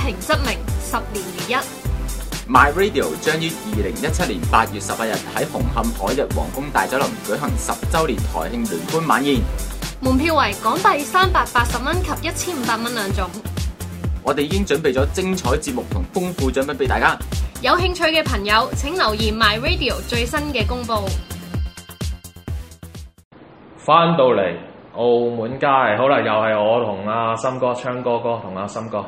平則鳴，十年如一。 My Radio 將於二零一七年八月十八日喺紅磡海逸皇宮大酒樓舉行十週年台慶聯歡晚宴。門票為港幣三百八十蚊及一千五百蚊兩種。我哋已經準備咗精彩節目同豐富獎品俾大家。有興趣嘅朋友請留意 My Radio 最新嘅公佈。翻到嚟澳門街，好啦，又係我同阿森哥、昌哥哥同阿森哥。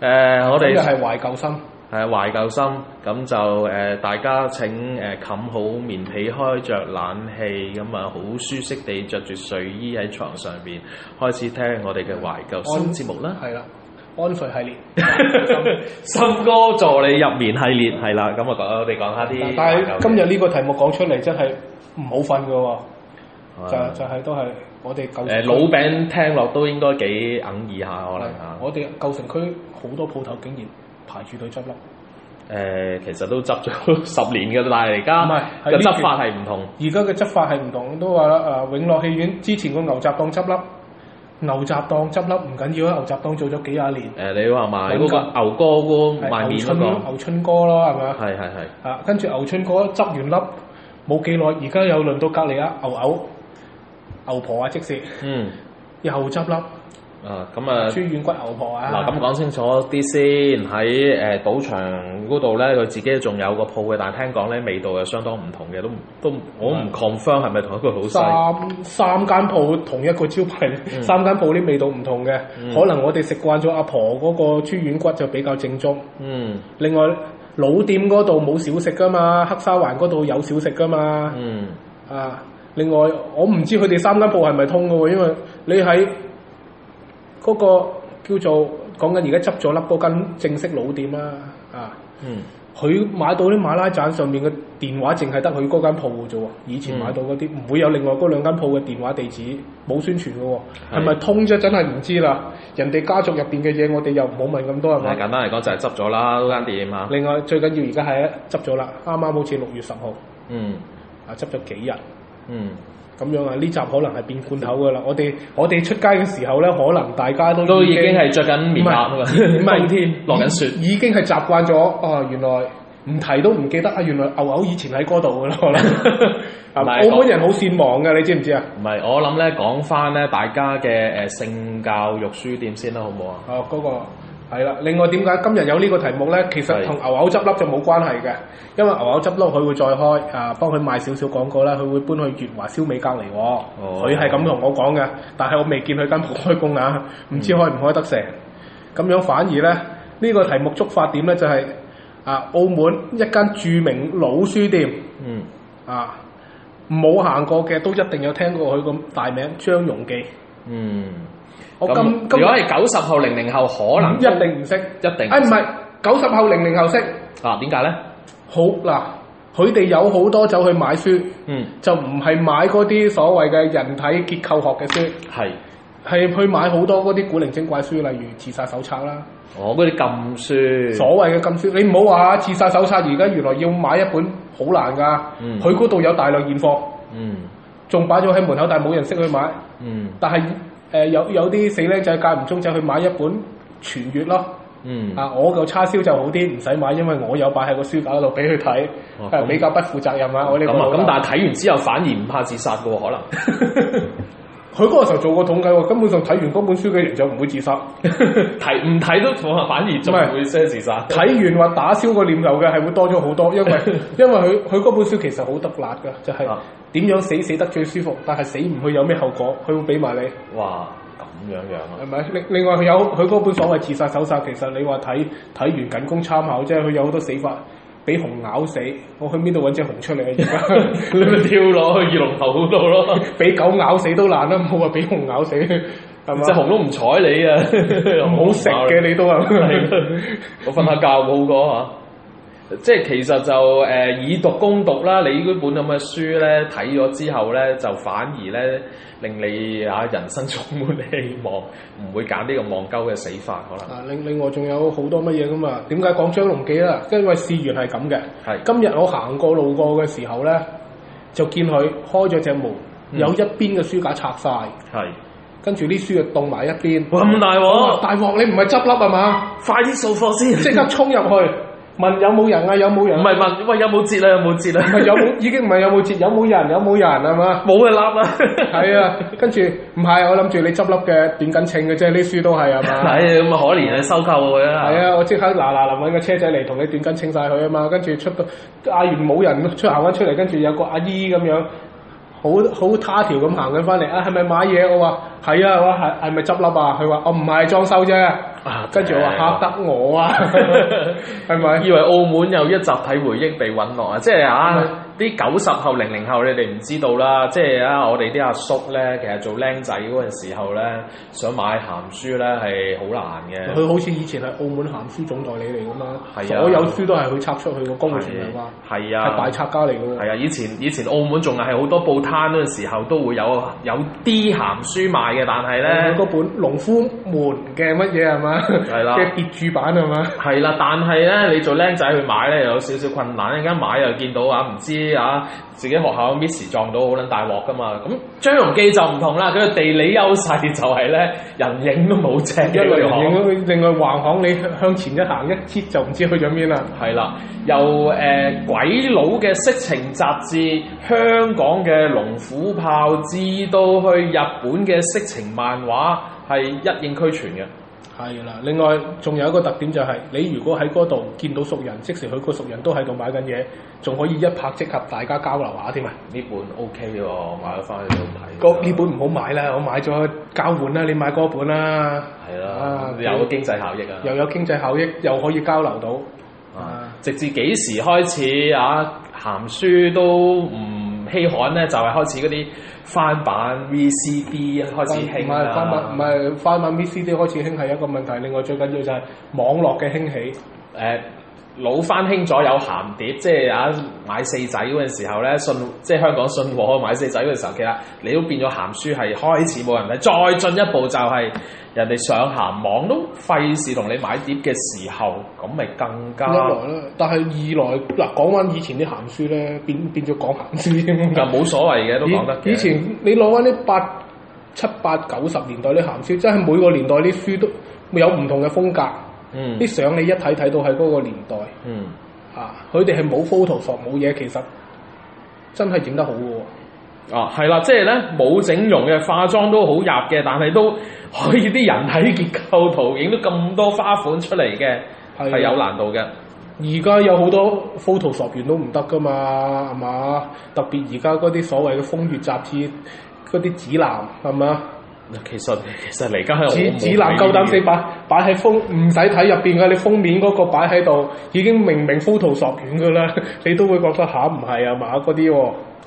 誒、我呢哋個係懷舊心，係懷舊心，咁就誒、呃大家請誒冚、好棉被，開着冷氣，咁啊好舒適地着住睡衣喺床上邊，開始聽我哋嘅懷舊新節目啦。係啦，安睡系 列。森哥助你入眠系列係啦，咁啊講我哋講下啲懷舊嘅。但係今日呢個題目講出嚟真係唔好瞓嘅喎，就誒、就係都係我哋舊老餅聽落都應該幾硬耳下可能嚇。我哋舊城區好多鋪頭竟然排住隊執誒、笠，呃其實都執咗 十年嘅，但係而家唔係嘅係呢執法係唔同。而家嘅執法係唔同，都話啦誒永樂戲院之前個牛雜檔執笠，牛雜檔執笠唔緊要啊，牛雜檔做咗幾廿年誒、，你話賣嗰個牛哥嗰個賣係牛面嗰、春個，牛春哥咯係咪啊？係係係啊，跟住牛春哥執完粒冇幾耐，而家又輪到隔離啊牛牛牛婆啊，即是嗯又執粒啊咁啊豬軟骨牛婆啊。嗱咁講清楚啲先，喺誒、呃賭場嗰度咧，佢自己仲有個鋪嘅，但係聽講咧味道又相當唔同嘅，都唔都唔我唔嗯 confirm 係咪同一個老細。三三間鋪同一個招牌，三間鋪啲味道唔同嘅，嗯可能我哋食慣咗阿婆嗰個豬軟骨就比較正宗。嗯另外老店嗰度冇小食噶嘛，黑沙環嗰度有小食噶嘛。嗯啊，另外我唔知佢哋三間鋪係咪通嘅喎，因為你喺嗰個叫做講緊而家執咗粒嗰間正式老店啦，啊，嗯佢買到啲馬拉盞上面嘅電話，淨係得佢嗰間鋪嘅啫喎。以前買到嗰啲唔會有另外嗰兩間鋪嘅電話地址，冇宣傳嘅喎。係係咪通啫？真係唔知啦。人哋家族入邊嘅嘢，我哋又唔好問咁多係啊嗱咪？簡單嚟講就係執咗啦嗰間店啊。另外最緊要而家係執咗啦，啱啱好似六月十號嗯啊，執咗幾日。嗯，咁樣啊，呢集可能係變罐頭噶啦。我哋我哋出街嘅時候咧，可能大家都都已經係着緊棉唔襪係啊嘛，唔 係冬天落緊雪。已經係習慣咗哦，原來唔提都唔記得啊！原來牛牛以前喺嗰度嘅 咯，可能唔啊係澳門人好善忘嘅，你知唔知啊？唔係，我諗咧講翻咧大家嘅誒性教育書店先啦，好唔好啊？哦，嗰、個係啦。另外點解今日有呢個題目咧？其實係同牛牛執笠就冇關係嘅，因為牛牛執笠佢會再開啊，幫佢賣少少廣告啦，佢會搬去月華燒味隔離喎。哦佢係咁同我講嘅，但係我未見佢間鋪開工啊，唔嗯知開唔開得成。咁樣反而咧，呢、個題目觸發點咧就係、啊，澳門一間著名老書店嗯，啊，冇行過嘅都一定有聽過佢個大名張容記。嗯，我咁今今如果係九十後、零零後，可能一定唔識，一定哎誒唔係九十後、零零後識，啊？點解咧？好嗱，佢哋有好多走去買書，嗯，就唔係買嗰啲所謂嘅人體結構學嘅書，係係去買好多嗰啲古靈精怪書，例如自殺手冊啦，我嗰啲禁書，所謂嘅禁書。你唔好話自殺手冊，而家原來要買一本好難㗎嗯，佢嗰度有大量現貨，嗯仲擺咗喺門口，但係冇人識去買。嗯但係誒、有有啲死僆仔間唔中就去買一本全月咯。嗯，啊！我嚿叉燒就好啲，唔使買，因為我有擺喺個書架度俾佢睇，哦係咁比較不負責任啊！我呢咁個啊，咁老但豆係睇完之後反而唔怕自殺嘅喎，可能 佢嗰個時候做過統計喎，根本上睇完嗰本書嘅人就唔會自殺， 睇唔睇都可能反而仲唔係會即係自殺。睇完話打消個念頭嘅係會多咗好 多，因為因為佢佢嗰本書其實好得辣㗎，就係、啊點樣死死得最舒服，但係死唔去有咩後果，佢會俾埋你。哇，咁樣樣啊 係，咪？另另外佢有佢嗰本所謂自殺手冊，其實你話睇睇完僅供參考啫。佢有好多死法，俾熊咬死，我去邊度揾只熊出嚟啊？而你家 咪跳落去二龍頭嗰度咯，俾狗咬死都難啦，唔好話俾熊咬死，係嘛？隻熊都唔睬你啊，唔 好食嘅你都係。 係我瞓下覺好過嚇。即係其實就誒、呃以毒攻毒啦，你嗰本咁嘅書咧睇咗之後咧，就反而咧令你啊人生充滿希望，唔會揀呢個望鳩嘅死法可能。 啊，另另外仲有好多乜嘢噶嘛？點解講張龍記啦？因為事源係咁嘅。係今日我行過路過嘅時候咧，就見佢開咗隻門，嗯有一邊嘅書架拆晒。係跟住啲書就凍埋一邊。哇咁大哇！鑊，啊大鑊你唔係執笠係 嘛？快啲掃貨先！即刻衝入去問有冇人啊？有冇人唔啊？係問喂有冇折啊？有冇折啊？唔係有冇已經唔係有冇節有冇人有冇人 係嘛？冇嘅笠啦，係啊，跟住唔係我諗住你執笠嘅短緊稱嘅啫，啲書都係係嘛？ 係咁啊可憐啊收購佢啦，係啊，我即刻嗱嗱臨揾個車仔嚟同你短緊清晒佢啊嘛，跟住出到嗌完冇人出行翻出嚟，跟住有個阿姨咁樣，好好他條咁行緊翻嚟啊，係咪買嘢？我話係啊，我話係係咪執笠啊？佢話我唔係裝修啫啊，跟住我話嚇得 我啊，係咪？以為澳門有一集體回憶被揾落啊！即係嗯啊，啲九十後、零零後你哋唔知道啦。即係啊，我哋啲阿叔咧，其實做僆仔嗰陣時候咧，想買鹹書咧係好難嘅。佢好似以前係澳門鹹書總代理嚟噶嘛，係啊所有書都係佢拆出去個公嘅全部係嘛，係係大啊，拆家嚟噶喎。係啊！以前以前澳門仲係好多報攤嗰陣時候都會有有啲鹹書賣嘅，但係佢咧嗰本《農夫門》嘅乜嘢係嘛？係啦 嘅別注版係嘛？係啦，但係咧你做僆仔去買咧有少少困難，一陣間買又見到啊唔知啊自己學校 miss 撞到好撚大鑊噶嘛。咁張容記就唔同啦，佢嘅地理優勢就係咧人影都冇隻一嘅類嗰條型巷。影，另外橫行你向前一行一截就唔知去咗邊啦。係啦，由誒、呃鬼佬嘅色情雜誌，香港嘅龍虎豹，至到去日本嘅色情漫畫，係一應俱全嘅。係啦，另外仲有一個特點就係、你如果喺嗰度見到熟人，即時佢個熟人都喺度買緊嘢，仲可以一拍即合，大家交流下添啊！呢本 OK 喎，我買咗翻去度睇。個呢本唔好買啦，我買咗交換啦，你買嗰本啦，係啦啊，有經濟效益啊。又有經濟效益，又可以交流到。啊！直至幾時開始啊？鹹書都唔稀罕咧，就係、開始嗰啲翻版 VCD 開始唔興啊係翻版，唔啦。係翻版 VCD 開始興係一個問題，另外最緊要就係網絡嘅興起。誒、老翻興咗有鹹碟，即係啊買四仔嗰陣時候咧，信即係香港信和買四仔嗰陣時候，其實你都變咗鹹書係開始冇人睇。再進一步就係人哋上鹹網都費事同你買碟嘅時候，咁咪更加一來啦，但係二來嗱，講翻以前啲鹹書咧，變變咗講鹹書添。就冇所謂嘅，都講得嘅以以前你攞翻啲八七八九十年代啲鹹書，真係每個年代啲書都有唔同嘅風格，嗯啲相你一睇睇到喺嗰個年代嗯。啊，佢哋係冇 Photoshop 冇嘢，其實真係整得好嘅喎。啊，係啦，即係咧冇整容嘅化妝都好入嘅，但係都 可以啲人體結構圖影到咁多花款出嚟嘅，係啊係有難度嘅。而家有好多 Photoshop 完都唔得噶嘛，係嘛？特別而家嗰啲所謂嘅風月雜誌嗰啲指南係嘛？其實其實嚟家指指南夠膽死擺擺喺封唔使睇入邊噶，你封面嗰個擺喺度，已經明明 Photoshop 完噶啦， 你都會覺得吓唔係啊嘛嗰啲喎。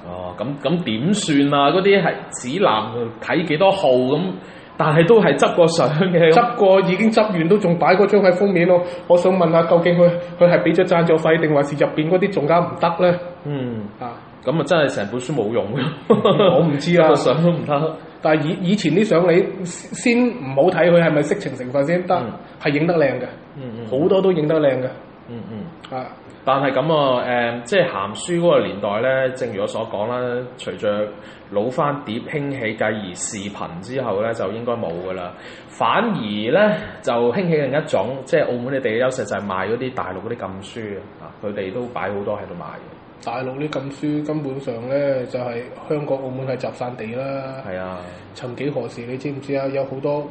哦，咁咁點算啊？嗰啲係指南睇幾多號咁，但係都係執過相嘅。執過已經執完都仲擺嗰張喺封面咯，我想問下究竟佢佢係俾咗贊助費定還是入邊嗰啲仲加唔得咧？嗯，啊！咁啊真係成本書冇用嘅。嗯我唔知啊 啦執過相都唔得。但係以以前啲相你先唔好睇佢係咪色情成分先得嗯，係影、得靚嘅，嗯嗯，好多都影得靚嘅嗯嗯。啊！但係咁啊，誒、即係鹹書嗰個年代咧，正如我所講啦，隨着老翻碟興起，繼而視頻之後咧，就應該冇噶啦。反而咧就興起另一種，即係澳門嘅地理優勢就係賣嗰啲大陸嗰啲禁書啊，佢哋都擺好多喺度賣嘅。大陸啲禁書根本上咧就係、香港、澳門係集散地啦。係啊，曾幾何時，你知唔知啊？有好多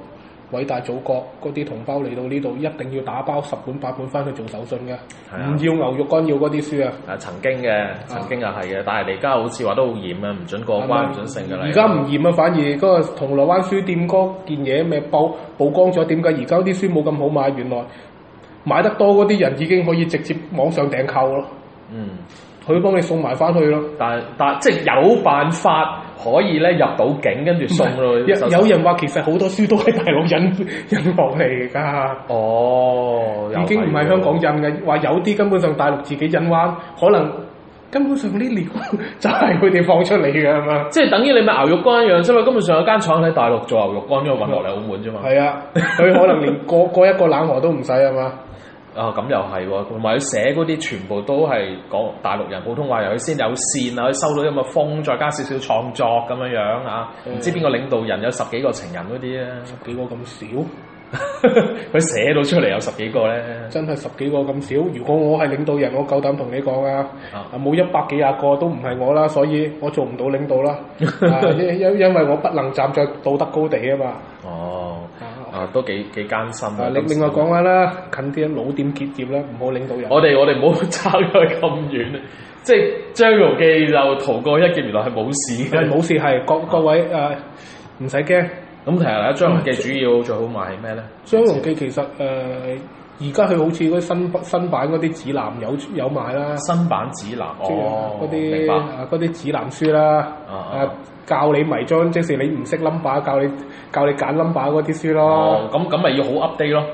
偉大祖國嗰啲同胞嚟到呢度，一定要打包十本八本翻去做手信嘅，係唔啊要牛肉乾，要嗰啲書啊！啊曾經嘅，曾經又係嘅，但係嚟家好似話都好嚴啊，唔准過係咪關，唔准剩噶啦。嗯而家唔驗啊，反而嗰個銅鑼灣書店嗰件嘢咪曝曝光咗，點解而家啲書冇咁好買？原來買得多嗰啲人已經可以直接網上訂購咯，嗯。佢幫你送埋翻去咯。但但即係有辦法可以咧入到境，跟住送到去 有手有人話其實好多書都係大陸引 引落嚟㗎。哦，又已經唔係喎香港印嘅，話有啲根本上大陸自己印彎，可能根本上啲 料就係佢哋放出嚟嘅係嘛？即係等於你咪牛肉乾一樣啫嘛。根本上有間廠喺大陸做牛肉乾，因為運落嚟澳門啫嘛。 係啊，佢可能連過過一個冷河都唔使係嘛？啊，咁又係喎，同埋佢寫嗰啲全部都係講大陸人普通話，由佢先有線啊，佢收到咁嘅風，再加少少創作咁樣樣啊，嗯唔知邊個領導人有十幾個情人嗰啲啊， 十幾個咁少，佢寫到出嚟有十幾個咧，真係十幾個咁少。如果我係領導人，我夠膽同你講啊，啊啊冇一百幾廿個都唔係我啦，所以我做唔到領 導啦。啊因因因為我不能站在道德高地啊嘛。哦，啊啊都幾幾艱辛啊啊！另另外講下啦，近啲老店結業啦，唔好領導人。我哋我哋唔好抄咗佢咁遠，即係張無忌就逃過一劫，原來係冇事嘅。係冇事係，各各位誒唔使驚。咁其實咧，張無嗯忌主要最好賣係咩咧？張無忌其實誒而家佢好似嗰啲新新版嗰啲指南有有賣啦，新版指南哦，嗰明啲白啊嗰啲指南書啦，啊啊啊教你迷津，即是你唔識 number，教你教你揀 number 嗰啲書咯哦。，咁咁咪要好 update 咯。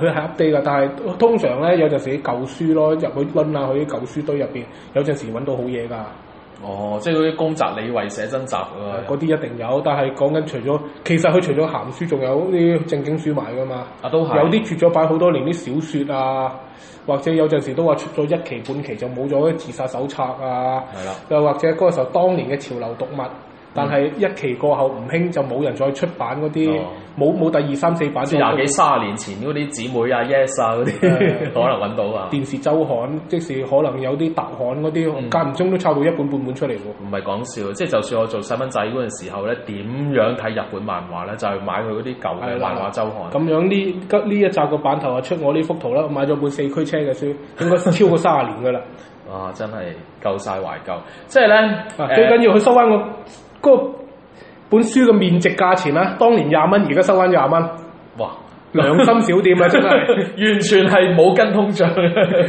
佢係 update 噶，但係通常咧有陣時啲舊書咯，入去攆下佢啲舊書堆入邊，有陣時揾到好嘢㗎。哦，即係嗰啲公宅李慧寫真集啊，嗰啲一定有，但係講緊除咗，其實佢除咗鹹書，仲有啲正經書賣噶嘛。啊都係有啲絕咗擺好多年啲小説啊，或者有陣時都話出咗一期半期就冇咗啲自殺手冊啊，係啦，又或者嗰個時候當年嘅潮流讀物，但係一期過後唔興就冇人再出版嗰啲哦，冇冇、第二三四版即係廿幾卅年前嗰啲姊妹啊、Yes 啊嗰啲， 誒可能揾到啊。電視周刊，即是可能有啲特刊嗰啲，嗯間唔中都抄到一本半本出嚟喎。唔係講笑，即係就算我做細蚊仔嗰陣時候咧，點樣睇日本漫畫咧？就係、買佢嗰啲舊嘅係啦漫畫周刊。咁樣呢今呢一集嘅版頭啊，出我呢幅圖啦，我買咗本四驅車嘅書，應該超過三十年噶啦。啊，真係夠晒懷舊，即係咧、啊誒最緊要佢收翻個嗰個本書嘅面值價錢啦，當年廿蚊，而家收翻廿蚊，哇，良心小店啊，真係完全係冇跟通脹，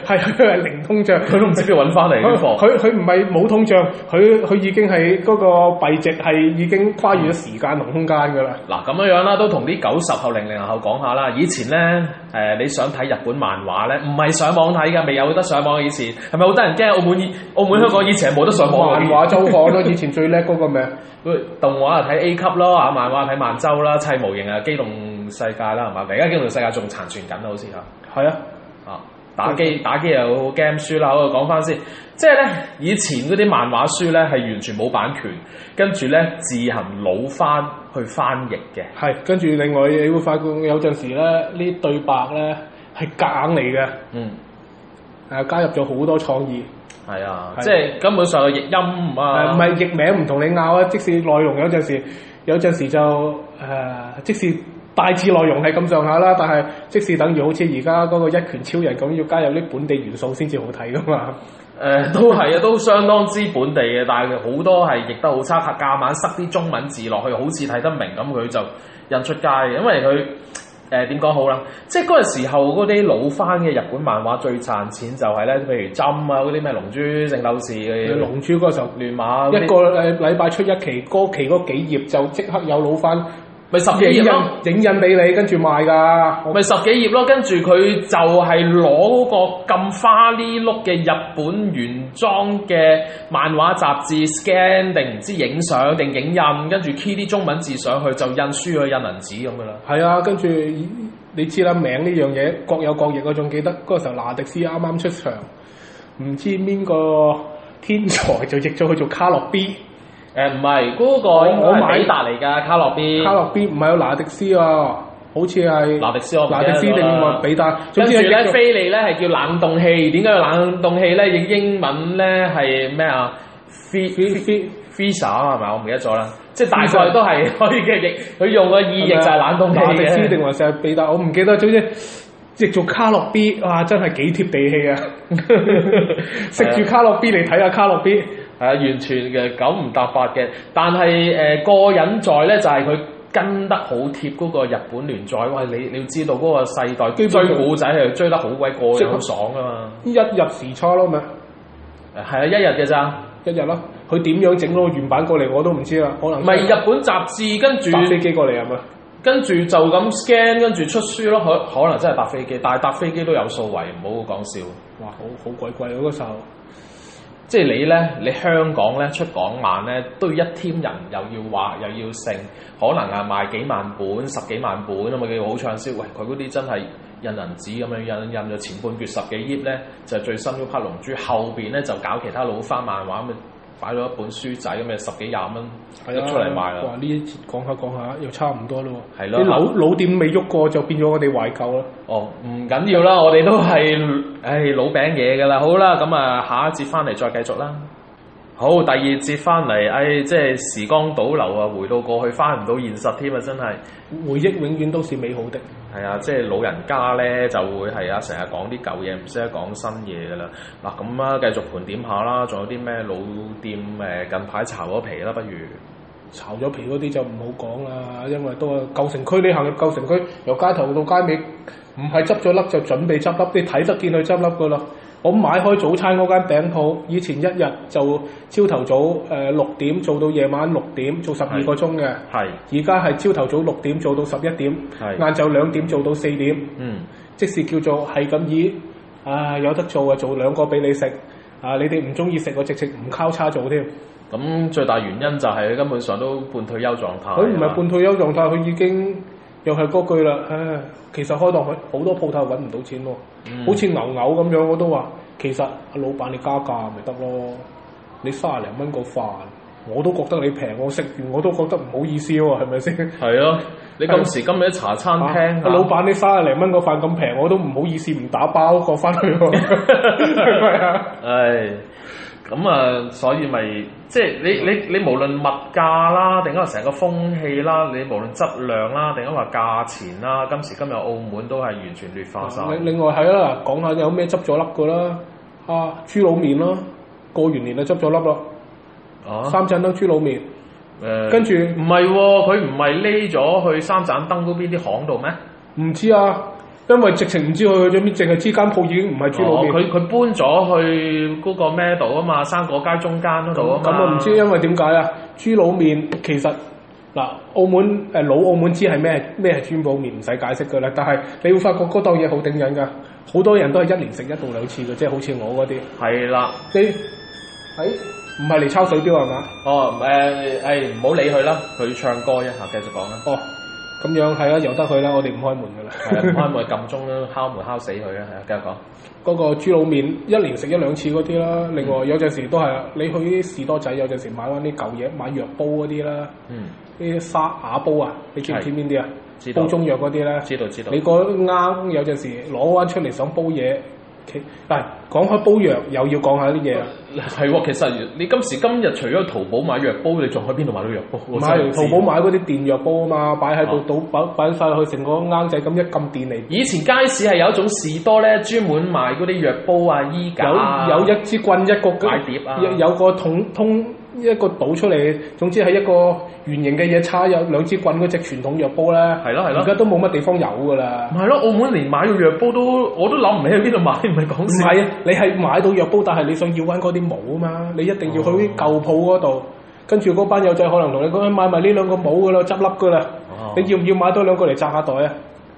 係佢係零通脹，佢都唔知邊度揾翻嚟佢啲貨。佢佢唔係冇通脹，佢佢已經係嗰個幣值係已經跨越咗時間同空間噶啦。嗱咁樣樣啦，都同啲九十後、零零後講下啦。以前咧，誒、你想睇日本漫畫咧，唔係上網睇㗎，未有得上網嘅以前，係咪好得人驚？澳門以、澳門、香港以前係冇得上網漫嘅。畫周刊咯，以前最叻嗰個咩？喂動畫啊睇 A 級咯，啊漫畫睇萬州啦，砌模型啊機動世界啦，係嘛？而家機動世界仲殘存緊啊，好似嚇。係啊，啊！打機打機有 game 書啦，我講翻先，即係咧以前嗰啲漫畫書咧係完全冇版權，跟住咧自行老翻去翻譯嘅，係。跟住另外你會發覺有陣時咧，呢啲對白咧係夾硬嚟嘅。嗯，誒加入咗好多創意，係啊，係即係根本上嘅譯音啊，誒唔係譯名唔同你拗啊，即使內容有陣時有陣時就誒、即使大致內容係咁上下啦，但係即使等於好似而家嗰個一拳超人咁，要加入啲本地元素先至好睇噶嘛。誒、都係啊，都相當之本地嘅，但係好多係譯得好差，夾硬塞啲中文字落去，好似睇得明咁，佢就印出街嘅。因為佢誒點講好啦，即係嗰陣時候嗰啲老翻嘅日本漫畫最賺錢就係咧，譬如針啊嗰啲咩龍珠、聖鬥士嘅龍珠嗰時候亂馬啊嗰啲嗯一個誒禮拜出一期，嗰期嗰幾頁就即刻有老翻咪十影幾頁印咯，影印俾你，跟住賣㗎。咪十幾頁咯，跟住佢就係攞嗰個咁花呢碌嘅日本原裝嘅漫畫雜誌 scan 定唔知影相定影印，跟住 key 啲中文字上去就印書去印銀紙咁噶啦。係啊，跟住你知啦，名呢樣嘢各有各型。我仲記得嗰個時候，拿迪斯啱啱出場，唔知邊個天才就譯咗佢做卡洛 B。誒唔係嗰我個應該我買係比達嚟㗎，卡洛 B。卡洛 B 唔係有拿迪斯啊，好似係嗯拿迪斯我唔記得拿迪斯定咗啦係比達。總跟之住係咧，譯咗菲利咧係叫冷凍器，點解叫冷凍器咧？英英文咧係咩啊？Fi- Fi- fi- Fisa 係咪？我唔記得咗啦。即係大概都係佢嘅譯，佢用嘅意譯就係冷凍器拿迪斯嘅。定還是係比達，我唔記得。總之譯做卡洛 B，哇！真係幾貼地氣 啊！食住卡洛 B 嚟睇下卡洛 B。係啊，完全嘅九唔搭八嘅。但係誒個人在咧就係佢。跟得好貼嗰個日本聯賽，喂你你要知道嗰個世代基本上追古仔係追得好鬼過癮，好爽啊嘛！一入時差咯咪。誒係啊，一日嘅咋。一日咯。佢點樣整到原版過嚟我都唔知啦，可能唔係日本雜誌，跟住搭飛機過嚟係咪？跟住就咁 scan，跟住出書咯。可可能真係搭飛機，但係搭飛機都有數位，唔好講笑。哇！好好鬼貴嗰個時候，即係你呢，你香港呢，出港漫呢，都要一 team 人又要畫又要剩，可能啊賣幾萬本、十幾萬本咁啊，佢好暢銷。喂，佢嗰啲真係印銀紙咁樣印印咗前半橛十幾頁咧，就係最新嗰匹龍珠，後邊咧就搞其他老花漫畫咁，啊擺咗一本書仔咁嘅十幾廿蚊係啊出嚟賣啦哇！。呢一節講下講下又差唔多咯喎。係咯啲老老店未喐過就變咗我哋懷舊啦。哦，唔緊要啦，我哋都係唉老餅嘢噶啦，好啦，咁啊下一節翻嚟再繼續啦。好，第二節翻嚟，唉，即係時光倒流啊，回到過去，翻唔到現實添啊，真係。回憶永遠都是美好的。係啊，即係老人家咧就會係啊，成日講啲舊嘢，唔識得講新嘢噶啦。嗱咁啊，繼續盤點下啦，仲有啲咩老店誒、近排炒咗皮啦，不如炒咗皮嗰啲就唔好講啦，因為都係舊城區，你行入舊城區，由街頭到街尾，唔係執咗粒就準備執粒，你睇得見佢執粒噶啦。我買開早餐嗰間餅鋪，以前一日就朝頭早誒六、點做到夜晚六點，做十二個鐘嘅。係而家係朝頭早六點做到十一點，係晏晝兩點做到四點，嗯即是叫做係咁以啊有得做啊做兩個俾你食啊！你哋唔中意食我直情唔交叉做添。咁最大原因就係根本上都半退休狀態啊。佢唔係半退休狀態，佢已經 又係嗰句啦。唉，其實開檔佢好多鋪頭揾唔到錢喎，嗯好似牛牛咁樣，我都話其實阿老闆你加價咪得咯，你三廿零蚊個飯，我都覺得你平，我食完我都覺得唔好意思喎，係咪先？係咯，你今時今日茶餐廳、啊老闆你三廿零蚊個飯咁平，我都唔好意思唔打包個翻去喎， 係咪啊？唉，咁啊，所以咪即係你你你無論物價啦，定係話成個風氣啦，你無論質量啦，定係話價錢啦，今時今日澳門都係完全劣化晒。另另外係啦，講下有咩執咗粒噶啦，啊豬腦面啦，過完年就執咗粒啦。啊，三盞燈豬腦面，誒跟住唔係喎，佢唔係匿咗去三盞燈嗰邊啲巷度咩？唔知啊，因為直情唔知佢去咗邊，淨係知間鋪已經唔係豬腦哦面。佢佢搬咗去嗰個咩度啊嘛，生果街中間嗰度啊咁嘛。我唔知，因為點解啊？豬腦面其實嗱，澳門誒、老澳門知係咩咩係豬腦面，唔使解釋噶啦。但係你會發覺嗰檔嘢好頂癮噶，好多人都係一年食一到兩次嘅，即係好似我嗰啲。係啦。你喺唔係嚟抄水錶係嘛？哦，誒誒，唔好理佢啦，佢唱歌一下，繼續講啦。哦，咁樣係啊，由得佢啦，我哋唔開門噶係啊，唔啦。 開門撳鐘啦， 敲門敲死佢啊！係啊，繼續講。嗰個豬腦面一年食一兩次嗰啲啦，另外有陣時都係啊你去啲士多仔有陣時買翻啲舊嘢，買藥煲嗰啲啦，嗯，啲沙瓦煲啊，你知唔知係邊啲啊知？道煲中藥嗰啲咧，知道知道你。個啱有陣時攞翻出嚟想煲嘢，其嗱講開煲藥又要講下啲嘢啦。係喎，其實你今時今日除咗淘寶買藥煲，你仲喺邊度買到藥煲？我真買係唔完知淘寶。買嗰啲電藥煲啊嘛，擺喺度啊倒擺擺晒去成個啱仔咁一撳電嚟，以前街市係有一種士多咧，專門賣嗰啲藥煲啊、衣架啊有有一支棍一個買碟啊有有個桶通一個倒出嚟，總之係一個圓形嘅嘢叉有兩支棍嗰只傳統藥煲咧，係咯係咯而家都冇乜地方有㗎啦唔。係咯，澳門連買個藥煲都我都諗唔起喺邊度買，唔係講唔笑。係啊，你係買到藥煲，但係你想要翻嗰啲帽啊嘛，你一定要去啲舊鋪嗰度，跟住嗰班友仔可能同你講哎買埋呢兩個帽㗎啦，執笠㗎啦，哦你要唔要買多兩個嚟扎下袋啊？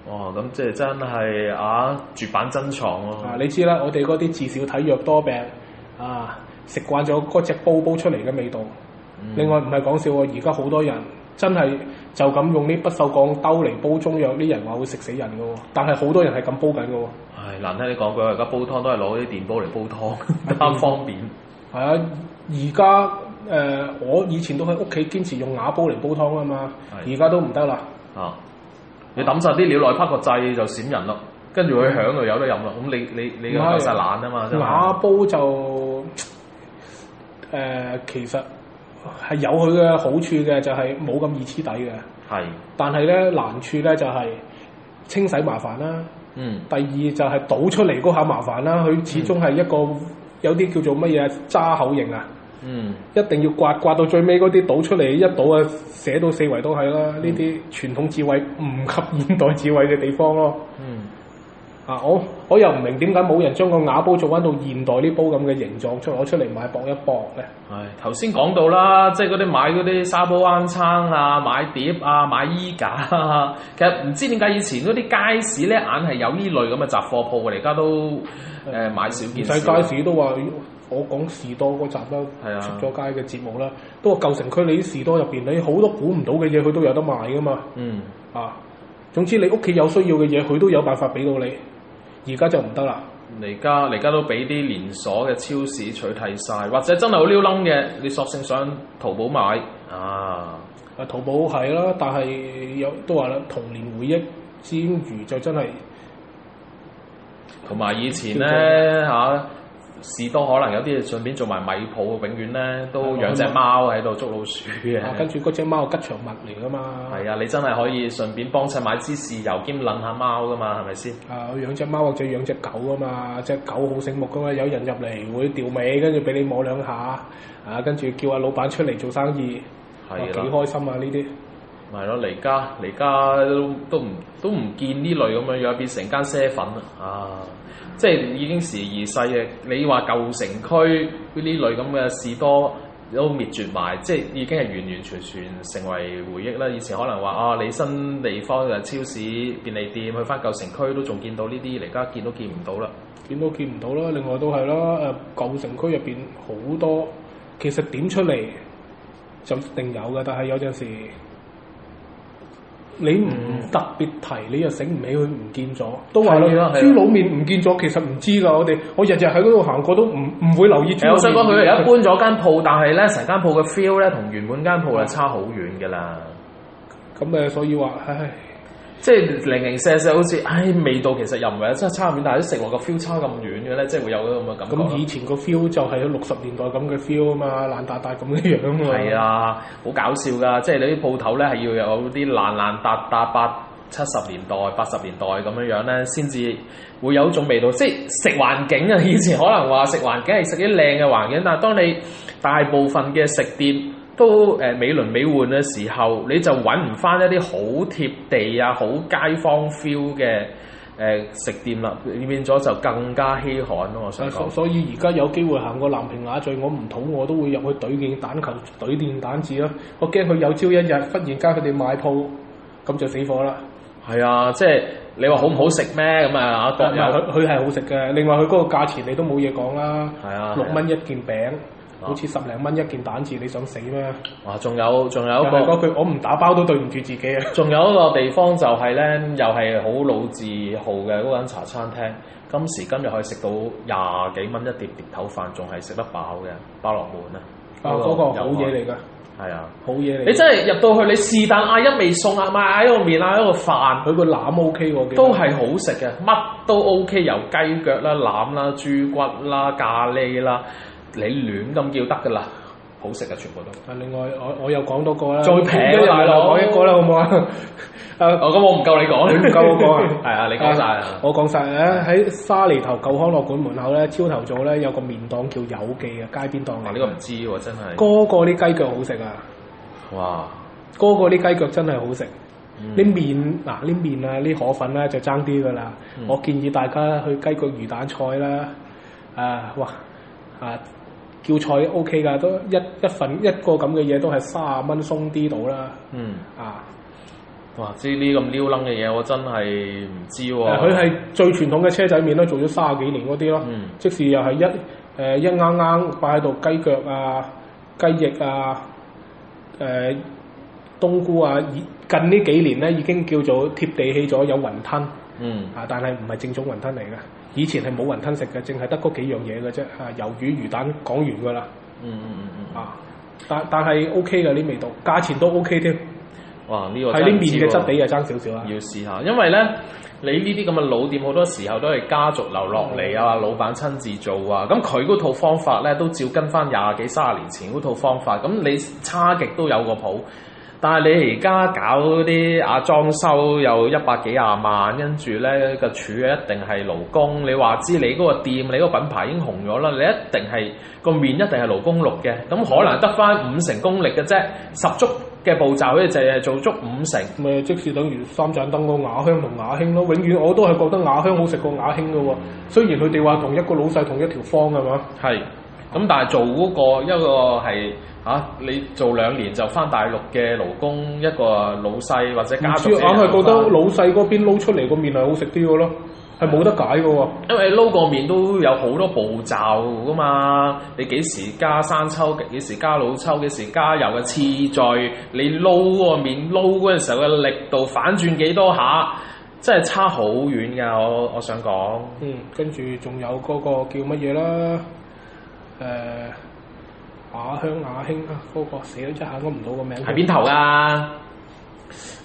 哇，咁即係真係啊，絕版珍藏喎、啊，你知啦，我哋嗰啲自小體弱多病啊，食慣咗嗰只煲煲出嚟嘅味道。嗯另外唔係講笑喎，而家好多人真係就咁用啲不鏽鋼兜嚟煲中藥，啲人話會食死人嘅喎。但係好多人係咁煲緊嘅喎。唉，難聽你講句，而家煲湯都係攞啲電煲嚟 煲湯，貪方便。係啊，而家誒我以前都喺屋企堅持用瓦煲嚟煲湯啊嘛，係而家都唔得啦。啊！你抌晒啲料落去，拍個掣就閃人咯，跟住佢響就有得飲啦。咁你你你唔個係夠晒懶啊嘛，真係。瓦煲就誒、呃其實係有佢嘅好處嘅，就係冇咁易黐底嘅。係，但係咧難處咧就係、清洗麻煩啦，嗯，第二就係倒出嚟嗰下麻煩啦，佢始終係一個、有啲叫做乜嘢渣口型啊，嗯，一定要刮刮到最尾嗰啲倒出嚟，一倒啊寫到四圍都係嗯啦，呢啲傳統智慧唔及現代智慧嘅地方咯。嗯，啊！我我又唔明點解冇人將個瓦煲做翻到現代呢煲咁嘅形狀出攞出嚟買搏一搏咧？係。頭先講到啦，即係嗰啲買嗰啲沙煲罌罉啊，買碟啊，買衣架啊，其實唔知點解以前嗰啲街市咧，硬係有呢類咁嘅雜貨鋪嘅，而家都誒買少唔見使少。街市都話，我講士多嗰集係啦，啊出咗街嘅節目啦，都話舊城區你啲士多入邊，你好多估唔到嘅嘢，佢都有得賣噶嘛。嗯，啊，總之你屋企有需要嘅嘢，佢都有辦法俾到你。而家就唔得啦。而家而家都俾啲連鎖嘅超市取替晒，或者真係好撩楞嘅，你索性上淘寶買啊！啊，淘寶係啦，但係有都話啦，童年回憶之餘就真係同埋以前咧嚇、啊士多可能有啲嘢順便做埋米鋪，永遠咧都養只貓喺度捉老鼠嘅。啊，跟住嗰只貓係吉祥物嚟噶嘛。係啊，你真係可以順便幫襯買支豉油兼撚下貓噶嘛，係咪先？啊，養只貓或者養只狗啊嘛，只狗好醒目噶嘛，有人入嚟會掉尾，跟住俾你摸兩下，啊，跟住叫阿老闆出嚟做生意，哇係幾啦，開心啊呢啲！咪咯，嚟家嚟家都都唔都唔見呢類咁樣樣，變成間啡粉啊！啊即係已經時移世嘅。你話舊城區呢類咁嘅士多都滅絕埋，即係已經係完完全全成為回憶啦。以前可能話啊，你新地方嘅超市、便利店，去翻舊城區都仲見到呢啲，嚟家見都見唔到啦。見都見唔到啦。另外都係啦，誒、舊城區入邊好多，其實點出嚟就一定有嘅，但係有陣時你唔特別提，你又醒唔起佢唔見咗。都話係啊啦，係啊豬腦面唔見咗，其實唔知㗎。我哋我日日喺嗰度行過都唔唔會留意豬誒，啊我想嗯講腦佢面而家搬咗間鋪，但係咧成間鋪嘅 feel 咧同原本間鋪係差好遠㗎啦。咁誒，所以話唉，即係零零舍舍好似，唉味道其實又唔係真係差咁遠，但係啲食落個 feel 差咁遠嘅咧，即係會有嗰種咁嘅感覺咁以咯。前個 feel 就係六十年代咁嘅 feel 啊嘛，爛大大咁嘅樣啊嘛。係啊，好搞笑㗎！即係你啲鋪頭咧係要有啲爛爛搭搭八七十年代、八十年代咁樣樣咧，先至會有一種味道。即係食環境啊，以前可能話食環境係食啲靚嘅環境，但係當你大部分嘅食店都誒、呃美輪美奐嘅時候，你就揾唔翻一啲好貼地啊、好街坊 feel 嘅。誒、食店啦，變咗就更加稀罕咯。我想啊所講，所以而家有機會行過南平雅聚，我唔肚餓都會入去懟件蛋球、懟件蛋子啦。我驚佢有朝一日忽然間佢哋賣鋪，咁就死火啦。係啊，即係你話好唔好食咩咁啊？各但係有佢佢係好食嘅，另外佢嗰個價錢你都冇嘢講啦，係啊，六係啊蚊一件餅，啊好似十零蚊一件蛋治，你想死咩？哇！仲有仲有又一係個嗰句，我唔打包都對唔住自己啊！仲有一個地方就係咧，又係好老字號嘅嗰間茶餐廳，今時今日可以食到廿幾蚊一碟碟頭飯，仲係食得飽嘅包落滿啊！啊，嗰個好嘢嚟㗎，係啊！好嘢嚟你㗎。真係入到去，你是但嗌一味餸啊，咪嗌一個麵嗌一個飯，佢個腩 OK 喎，幾都好係好食嘅，乜都 OK，由雞腳啦、腩啦、豬骨啦、咖喱啦，你亂咁叫得㗎啦，好食嘅全部都。啊！另外，我我又講多個啦，最平啊一人大佬講一個啦，好唔 好啊？啊，哦，咁我唔夠你講，你唔夠我講啊 係啊，你講晒啊。我講晒啊！喺沙梨頭舊康樂館門口咧，朝頭早咧有個麵檔叫有記嘅街邊檔哇！嚟。呢個唔知喎，真係。嗰個啲雞腳好食啊！哇！嗰個啲雞腳真係好食。嗯啲麵嗱，啲麵啊，啲河粉咧就爭啲噶啦。嗯我建議大家去雞腳魚蛋菜啦。啊，哇！啊，叫菜 O K 噶，都一一份一個咁嘅嘢都係三十蚊鬆啲到啦。嗯，啊！哇！知呢咁撩楞嘅嘢，我真係唔知喎。佢係最傳統嘅車仔麵咯，做咗三十幾年嗰啲咯。嗯即使又係一誒、呃一啱啱擺喺度雞腳啊、雞翼啊、誒、冬菇啊，以近呢幾年咧已經叫做貼地氣咗，有雲吞啊，嗯但係唔係正宗雲吞嚟嘅。以前係冇雲吞食嘅，淨係得嗰幾樣嘢嘅啫。啊，魷魚魚蛋講完㗎啦。嗯嗯嗯嗯，啊，但但係 O K 嘅呢味道，價錢都 O K 添，哇！呢個係真啲係唔知面喎嘅質地啊爭少少啊。要試下，因為咧，你呢啲咁嘅老店好多時候都係家族流落嚟啊，老闆親自做啊，咁佢嗰套方法咧都照跟翻廿幾三十年前嗰套方法，咁你差極都有個譜。但係你而家搞嗰啲啊裝修又一百幾廿萬，跟住咧個柱一定係勞工。你話知你嗰個店，你嗰個品牌已經紅咗啦，你一定係個面一定係勞工綠嘅，咁可能得翻五成功力嘅啫，十足嘅步驟咧就係做足五成。咪即使等於三盞燈嗰個雅香同雅興咯，永遠我都係覺得雅香好食過雅興嘅喎。雖然佢哋話同一個老細同一條方係嘛，係，咁但係做嗰、個一個係嚇、啊你做兩年就翻大陸嘅勞工，一個老細或者唔家族知啊嘅人硬係覺得返老細嗰邊撈出嚟個面係好食啲嘅咯。係冇得解嘅喎。因為撈個面都有好多步驟噶嘛，你幾時加生抽，幾時加老抽，幾時加油嘅次序，你撈個面撈嗰陣時候嘅力度反轉幾多下，真係差好遠㗎！我我想講，嗯，跟住仲有嗰個叫乜嘢啦？誒、雅香雅興啊，嗰、個死咗一下諗唔到個名。係邊頭㗎？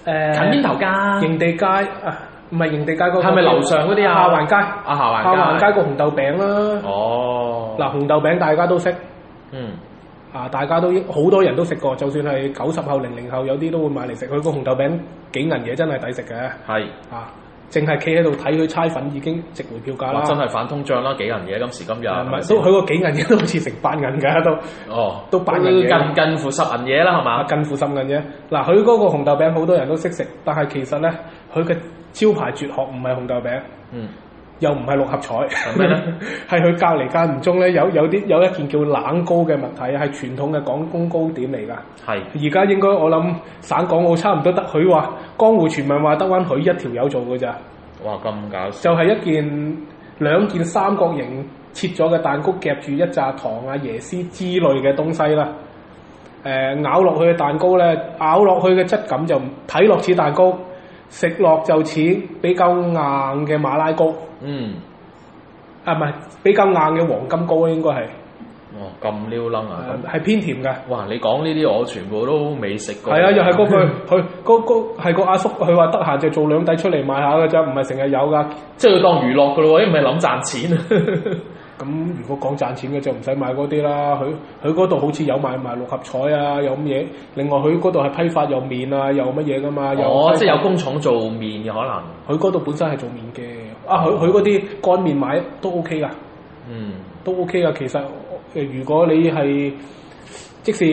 誒近邊頭㗎？營地街啊，唔係營地街嗰、個。係咪樓上嗰啲啊？下環街。啊，下下環街。環街個紅豆餅啦。哦。嗱、紅豆餅大家都識。嗯。啊！大家都好多人都食過，就算係九十後、零零後，有啲都會買嚟食。佢個紅豆餅幾銀嘢，真係抵食嘅。係。啊！淨係企喺度睇佢猜粉已經值回票價啦哇！。真係反通脹啦，幾銀嘢今時今日。啊唔係係都咪佢個幾銀嘢都好似成八銀㗎都。先哦，都八銀嘢近近乎十銀嘢啦，係啊，嘛？近乎深近啫。嗱，佢嗰個紅豆餅好多人都識食，但係其實咧，佢嘅招牌絕學唔係紅豆餅，嗯。又唔係六合彩，係咩咧？ 係佢隔離間唔中咧，有有啲有一件叫冷糕嘅物體，係傳統嘅廣東糕點嚟㗎。係。而家應該我諗省港澳差唔多得佢話，江湖傳聞話得翻佢一條友做㗎咋，哇！咁搞笑。就係、一件兩件三角形切咗嘅蛋糕夾住一紮糖啊、椰絲之類嘅東西啦。誒、咬落去嘅蛋糕咧，咬落去嘅質感就唔睇落似蛋糕，食落就似比較硬嘅馬拉糕，嗯。啊唔係比較硬嘅黃金糕啊應該係，哇！咁撩楞啊！咁誒係偏甜嘅。哇！你講呢啲我全部都未食過。係啊，又係嗰句，佢嗰嗰係個阿叔，佢話得閒就做兩底出嚟賣下嘅啫，唔係成日有噶。 即係佢當娛樂噶咯喎，唔係諗賺錢啊！ 咁如果講賺錢嘅就唔使買嗰啲啦，佢佢嗰度好似有賣埋六合彩啊，有咁嘢。另外佢嗰度係批發有麵啊，有乜嘢噶嘛？有哦，批即係有工廠做麵嘅可能。佢嗰度本身係做麵嘅，啊佢佢嗰啲乾麵買都 OK 噶，嗯，都 OK 噶。其實呃如果你係即使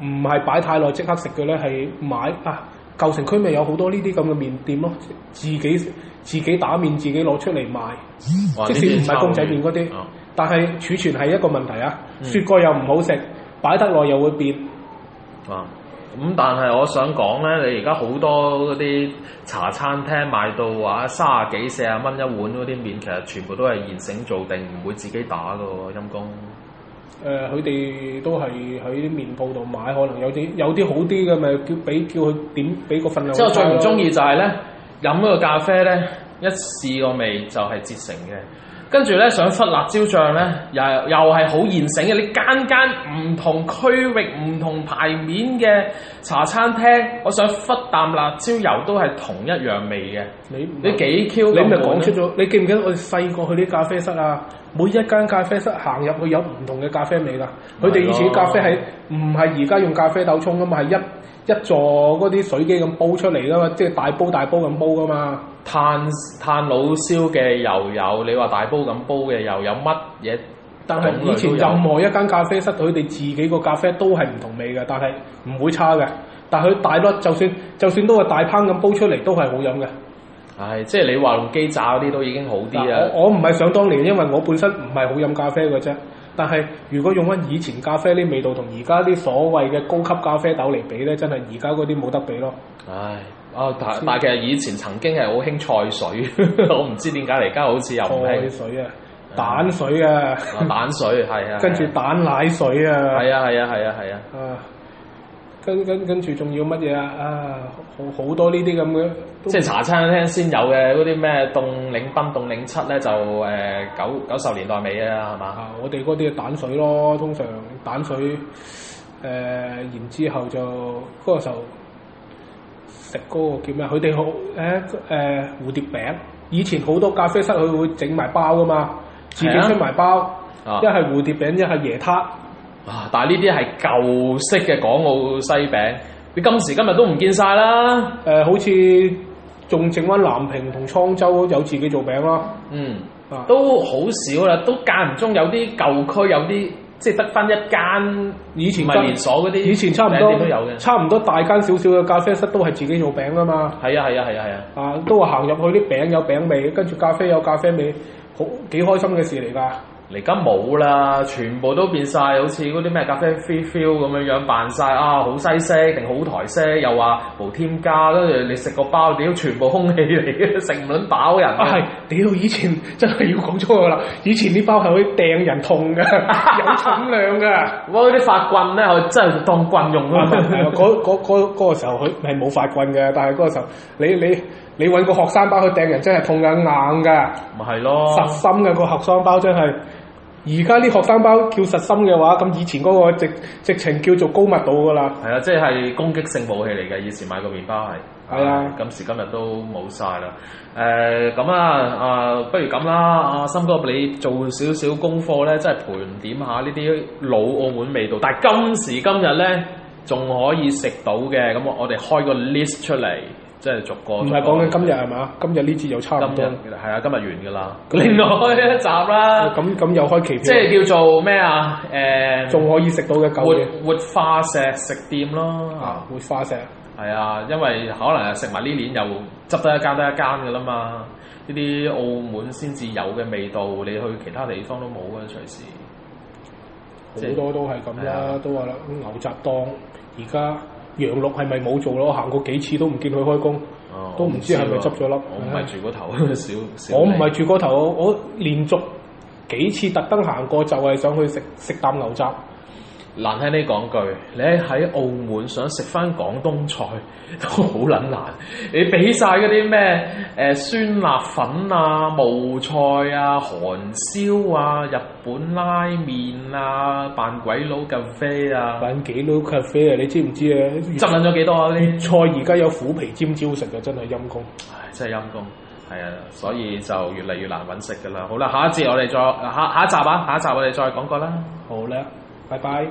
唔係擺太耐即刻食嘅咧，係買啊舊城區咪有好多呢啲咁嘅麵店咯，自己自己打麵自己攞出嚟賣。哇即使唔係公仔麵嗰啲哦嗯但係儲存係一個問題啊，雪過又唔好食，擺得耐又會變。哇！啊咁但係我想講咧，你而家好多嗰啲茶餐廳賣到話三十幾四十蚊一碗嗰啲麵，其實全部都係現成做定，唔會自己打噶喎，陰公。誒、呃佢哋都係喺啲麵鋪度買，可能有啲有啲好啲嘅咪叫俾叫佢點俾個份量。即係我最唔中意就係咧，飲嗰個咖啡咧，一試個味就係折成嘅。跟住咧，想忽辣椒醬咧，又又係好現成嘅。你間間唔同區域、唔同牌面嘅茶餐廳，我想忽啖辣椒油都係同一樣味嘅。你你幾 Q？啊你咪咁講悶出咧咗，你記唔記得我哋細個去啲咖啡室啊？每一間咖啡室行入去有唔同嘅咖啡味㗎。佢哋以前啲咖啡係啊唔係而家用咖啡豆沖㗎嘛？係一一座嗰啲水機咁煲出嚟㗎嘛，即係大煲大煲咁煲㗎嘛。炭炭老燒嘅又有，你話大煲咁煲嘅又有乜嘢？但係以前任何一間咖啡室，佢哋自己個咖啡都係唔同味嘅，但係唔會差嘅。但係佢大粒，就算就算都係大烹咁煲出嚟，都係好飲嘅。唉，即係你話用機炸嗰啲都已經好啲嗱啊！我我唔係想當年，因為我本身唔係好飲咖啡嘅啫。但係如果用翻以前咖啡啲味道同而家啲所謂嘅高級咖啡豆嚟比咧，真係而家嗰啲冇得比咯。唉，啊，但但其實以前曾經係好興菜水， 我唔知點解而家好似又唔菜興水啊，蛋水啊，啊蛋水，係啊，跟住蛋奶水啊，係啊係啊係啊係啊，啊，跟跟跟住仲要乜嘢啊？啊，好好多呢啲咁嘅都即係茶餐廳先有嘅嗰啲咩凍檸賓、凍檸七咧，就誒九九十年代尾啊，係嘛？啊，我哋嗰啲係蛋水咯，通常蛋水誒、呃然之後就嗰、個時候食嗰個叫咩？佢哋好誒誒蝴蝶餅，以前好多咖啡室佢會整埋包噶嘛，自己係啊出埋包，啊一係、蝴蝶餅，一係椰撻。啊！但係呢啲係舊式嘅港澳西餅，你今時今日都唔見晒啦。誒、呃好似仲剩翻南平同滄州有自己做餅咯。嗯。啊，都好少啦，都間唔中有啲舊區有啲即係得翻一間以前唔係連鎖嗰啲，以前差唔餅店都有多，嘅。差唔多大間少少嘅咖啡室都係自己做餅噶嘛。係啊係啊係啊係啊！啊，都話行入去啲餅有餅味，跟住咖啡有咖啡味，好幾開心嘅事嚟㗎。而家冇啦，全部都變晒好似嗰啲咩咖啡 free feel 咁樣樣扮晒啊，好西式定好台式，又話無添加，跟住你食個包，屌全部空氣嚟嘅，食唔撚飽人啊係，屌！以前真係要講粗口啦，以前啲包係可以掟人痛 嘅，有重量嘅。我嗰啲法棍咧，我真係當棍用啊唔係唔啊係咯。嗰嗰嗰嗰個時候佢係冇法棍嘅，但係嗰個時候你你你揾個學生包去掟人真係痛緊 硬㗎，咪係咯，實心嘅個學生包真係。而家啲學生包叫實心嘅話，咁以前嗰個直直情叫做高密度㗎啦。係啊，即係攻擊性武器嚟嘅。以前買個麵包係，係啊今時今日都冇晒啦。誒咁啊，啊不如咁啦，阿森哥，你做少少功課咧，即係盤點下呢啲老澳門味道，但係今時今日咧仲可以食到嘅。咁我我哋開個 list 出嚟，即係逐個。唔係講緊今日係嘛？今日呢節又差唔今多日。係啊，今日完㗎啦。另外一集啦，咁咁又開期啊即票，係叫做咩啊？誒，仲可以食到嘅狗活嘢活化石食店咯。啊啊！活化石係啊，因為可能食埋呢年又執得一間得一間嘅啦嘛，呢啲澳門先至有嘅味道，你去其他地方都冇嘅隨時。即係好多都係咁係啦啊，都話啦嗯牛雜檔而家羊肉係咪冇做咯？行過幾次都唔見佢開工。哦都唔知係咪我執咗粒喎我唔係住嗰頭 少少。我唔係住嗰頭，我我連續幾次特登行過，就係想去食食啖牛雜。啊難聽啲講句，你喺澳門想食翻廣東菜都好撚難。你俾晒嗰啲咩誒酸辣粉啊、冒菜啊、韓燒啊、日本拉麵啊、扮鬼佬咖啡啊，揾幾撈咖啡啊！你知唔知啊？執撚咗幾多啊？呢啲 菜而家有虎皮尖椒食啊，真係陰公。唉，真係陰公，係啊，所以就越嚟越難揾食噶啦。好啦，下一節我哋再下下一集啊，下一集我哋再講過啦。好啦，拜拜。